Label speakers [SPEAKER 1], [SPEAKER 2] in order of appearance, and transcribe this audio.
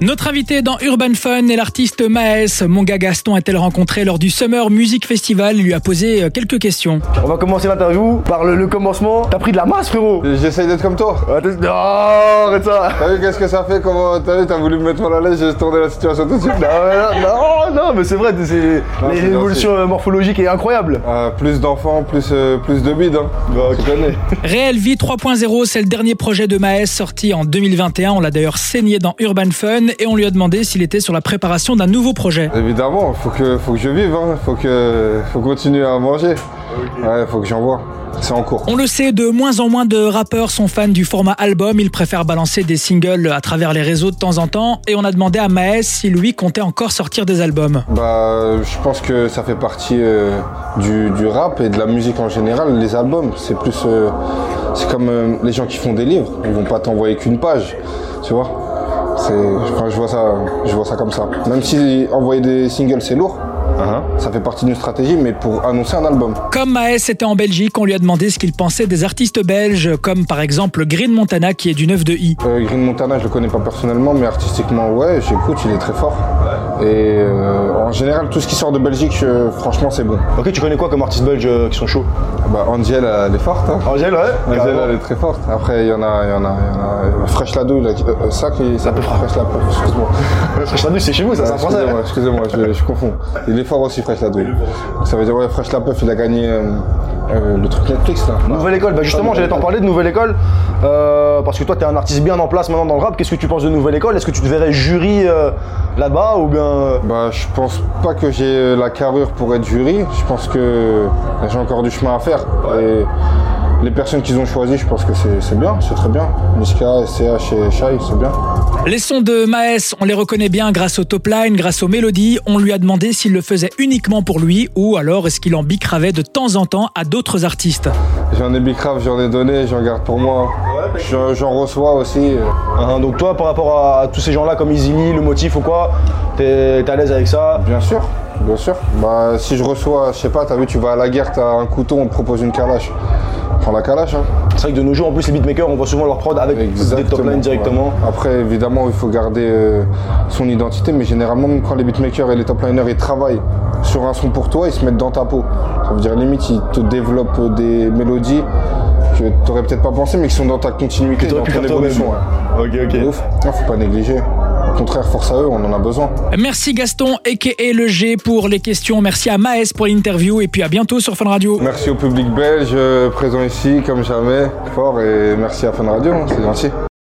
[SPEAKER 1] Notre invité dans Urban Fun est l'artiste Maes. Mon gars Gaston a-t-elle rencontré lors du Summer Music Festival Il lui a posé euh, quelques questions.
[SPEAKER 2] On va commencer l'interview par le, le commencement. T'as pris de la masse, frérot
[SPEAKER 3] J'essaye d'être comme toi.
[SPEAKER 2] Ah, t'es- Non, arrête ça
[SPEAKER 3] T'as vu qu'est-ce que ça fait Comment t'as vu T'as voulu me mettre mal à l'aise, j'ai tourné la situation tout de suite.
[SPEAKER 2] Non, mais Ah, non, non, non, mais c'est vrai, c'est
[SPEAKER 3] Non, c'est
[SPEAKER 2] l'évolution euh, morphologique est incroyable.
[SPEAKER 3] Euh, plus d'enfants, plus, euh, plus de bides. Hein. Tu connais.
[SPEAKER 1] Réelle Vie 3.0, c'est le dernier projet de Maes sorti en 2021. On l'a d'ailleurs saigné dans Urban Fun et on lui a demandé s'il était sur la préparation d'un nouveau projet.
[SPEAKER 3] Évidemment, faut que, faut que je vive, hein. faut, que, faut continuer à manger. Ouais, faut que j'envoie. C'est en cours.
[SPEAKER 1] On le sait, de moins en moins de rappeurs sont fans du format album. Ils préfèrent balancer des singles à travers les réseaux de temps en temps. Et on a demandé à Maes si lui comptait encore sortir des albums.
[SPEAKER 3] Bah, je pense que ça fait partie euh, du, du rap et de la musique en général. Les albums, c'est plus, euh, c'est comme euh, les gens qui font des livres. Ils vont pas t'envoyer qu'une page, tu vois. C'est, enfin, je vois ça, je vois ça comme ça. Même si envoyer des singles, c'est lourd. Ça fait partie d'une stratégie, mais pour annoncer un album.
[SPEAKER 1] Comme Maes était en Belgique, on lui a demandé ce qu'il pensait des artistes belges, comme par exemple Green Montana qui est du 9 de I.
[SPEAKER 3] Euh, Green Montana, je le connais pas personnellement, mais artistiquement, ouais, j'écoute, il est très fort. Et euh, en général, tout ce qui sort de Belgique, euh, franchement, c'est bon.
[SPEAKER 2] Ok, tu connais quoi comme artistes belges euh, qui sont chauds
[SPEAKER 3] Bah, Angel, elle est forte. hein.
[SPEAKER 2] Angèle, ouais
[SPEAKER 3] Angel,
[SPEAKER 2] carrément.
[SPEAKER 3] elle est très forte. Après, il y en a, il y en a, il y en a. Fresh Lado, là, qui- euh, euh, ça qui s'appelle Fresh Lado, excuse-moi. Euh,
[SPEAKER 2] Fresh Lado, c'est chez vous, ça, c'est un français. hein.
[SPEAKER 3] Excusez-moi, excusez-moi, je, je confonds. Il est fort aussi, Fresh Lado. Ça veut dire, ouais, Fresh Lapeuf, il a gagné euh, euh, le truc Netflix, là.
[SPEAKER 2] Nouvelle école, bah justement, j'allais t'en parler de Nouvelle École. euh, parce que toi, t'es un artiste bien en place maintenant dans le rap. Qu'est-ce que tu penses de Nouvelle École Est-ce que tu te verrais jury euh, là-bas ou bien. euh,
[SPEAKER 3] Bah, je pense pas que j'ai euh, la carrure pour être jury. Je pense que euh, j'ai encore du chemin à faire. Et les personnes qu'ils ont choisies, je pense que c'est c'est bien, c'est très bien. Niska, SCH et Shai, c'est bien.
[SPEAKER 1] Les sons de Maes, on les reconnaît bien grâce au top line, grâce aux mélodies. On lui a demandé s'il le faisait uniquement pour lui ou alors est-ce qu'il en bicravait de temps en temps à d'autres artistes.
[SPEAKER 3] J'en ai bicrave, j'en ai donné, j'en garde pour moi. J'en j'en reçois aussi. euh.
[SPEAKER 2] hein, donc, toi, par rapport à, à tous ces gens-là comme Easily, le motif ou quoi, t'es t'es à l'aise avec ça
[SPEAKER 3] Bien sûr, bien sûr. Bah, si je reçois, je sais pas, t'as vu, tu vas à la guerre, t'as un couteau, on te propose une calache. Prends la calache, hein.
[SPEAKER 2] C'est vrai que de nos jours, en plus, les beatmakers, on voit souvent leur prod avec des top lines directement.
[SPEAKER 3] ouais. Après, évidemment, il faut garder euh, son identité, mais généralement, même quand les beatmakers et les top liners ils travaillent sur un son pour toi, ils se mettent dans ta peau. Ça veut dire limite, ils te développent des mélodies que t'aurais peut-être pas pensé, mais qui sont dans ta continuité,
[SPEAKER 2] T'aurais
[SPEAKER 3] dans
[SPEAKER 2] pu
[SPEAKER 3] ton
[SPEAKER 2] faire toi-même.
[SPEAKER 3] évolution. ouais.
[SPEAKER 2] Ok,
[SPEAKER 3] De
[SPEAKER 2] ok.
[SPEAKER 3] ouf. Non, faut pas négliger. Au contraire, force à eux, on en a besoin.
[SPEAKER 1] Merci Gaston, a.k.a. Le G pour les questions. Merci à Maes pour l'interview et puis à bientôt sur Fun Radio.
[SPEAKER 3] Merci au public belge euh, présent ici, comme jamais, fort, et merci à Fun Radio, hein, c'est gentil.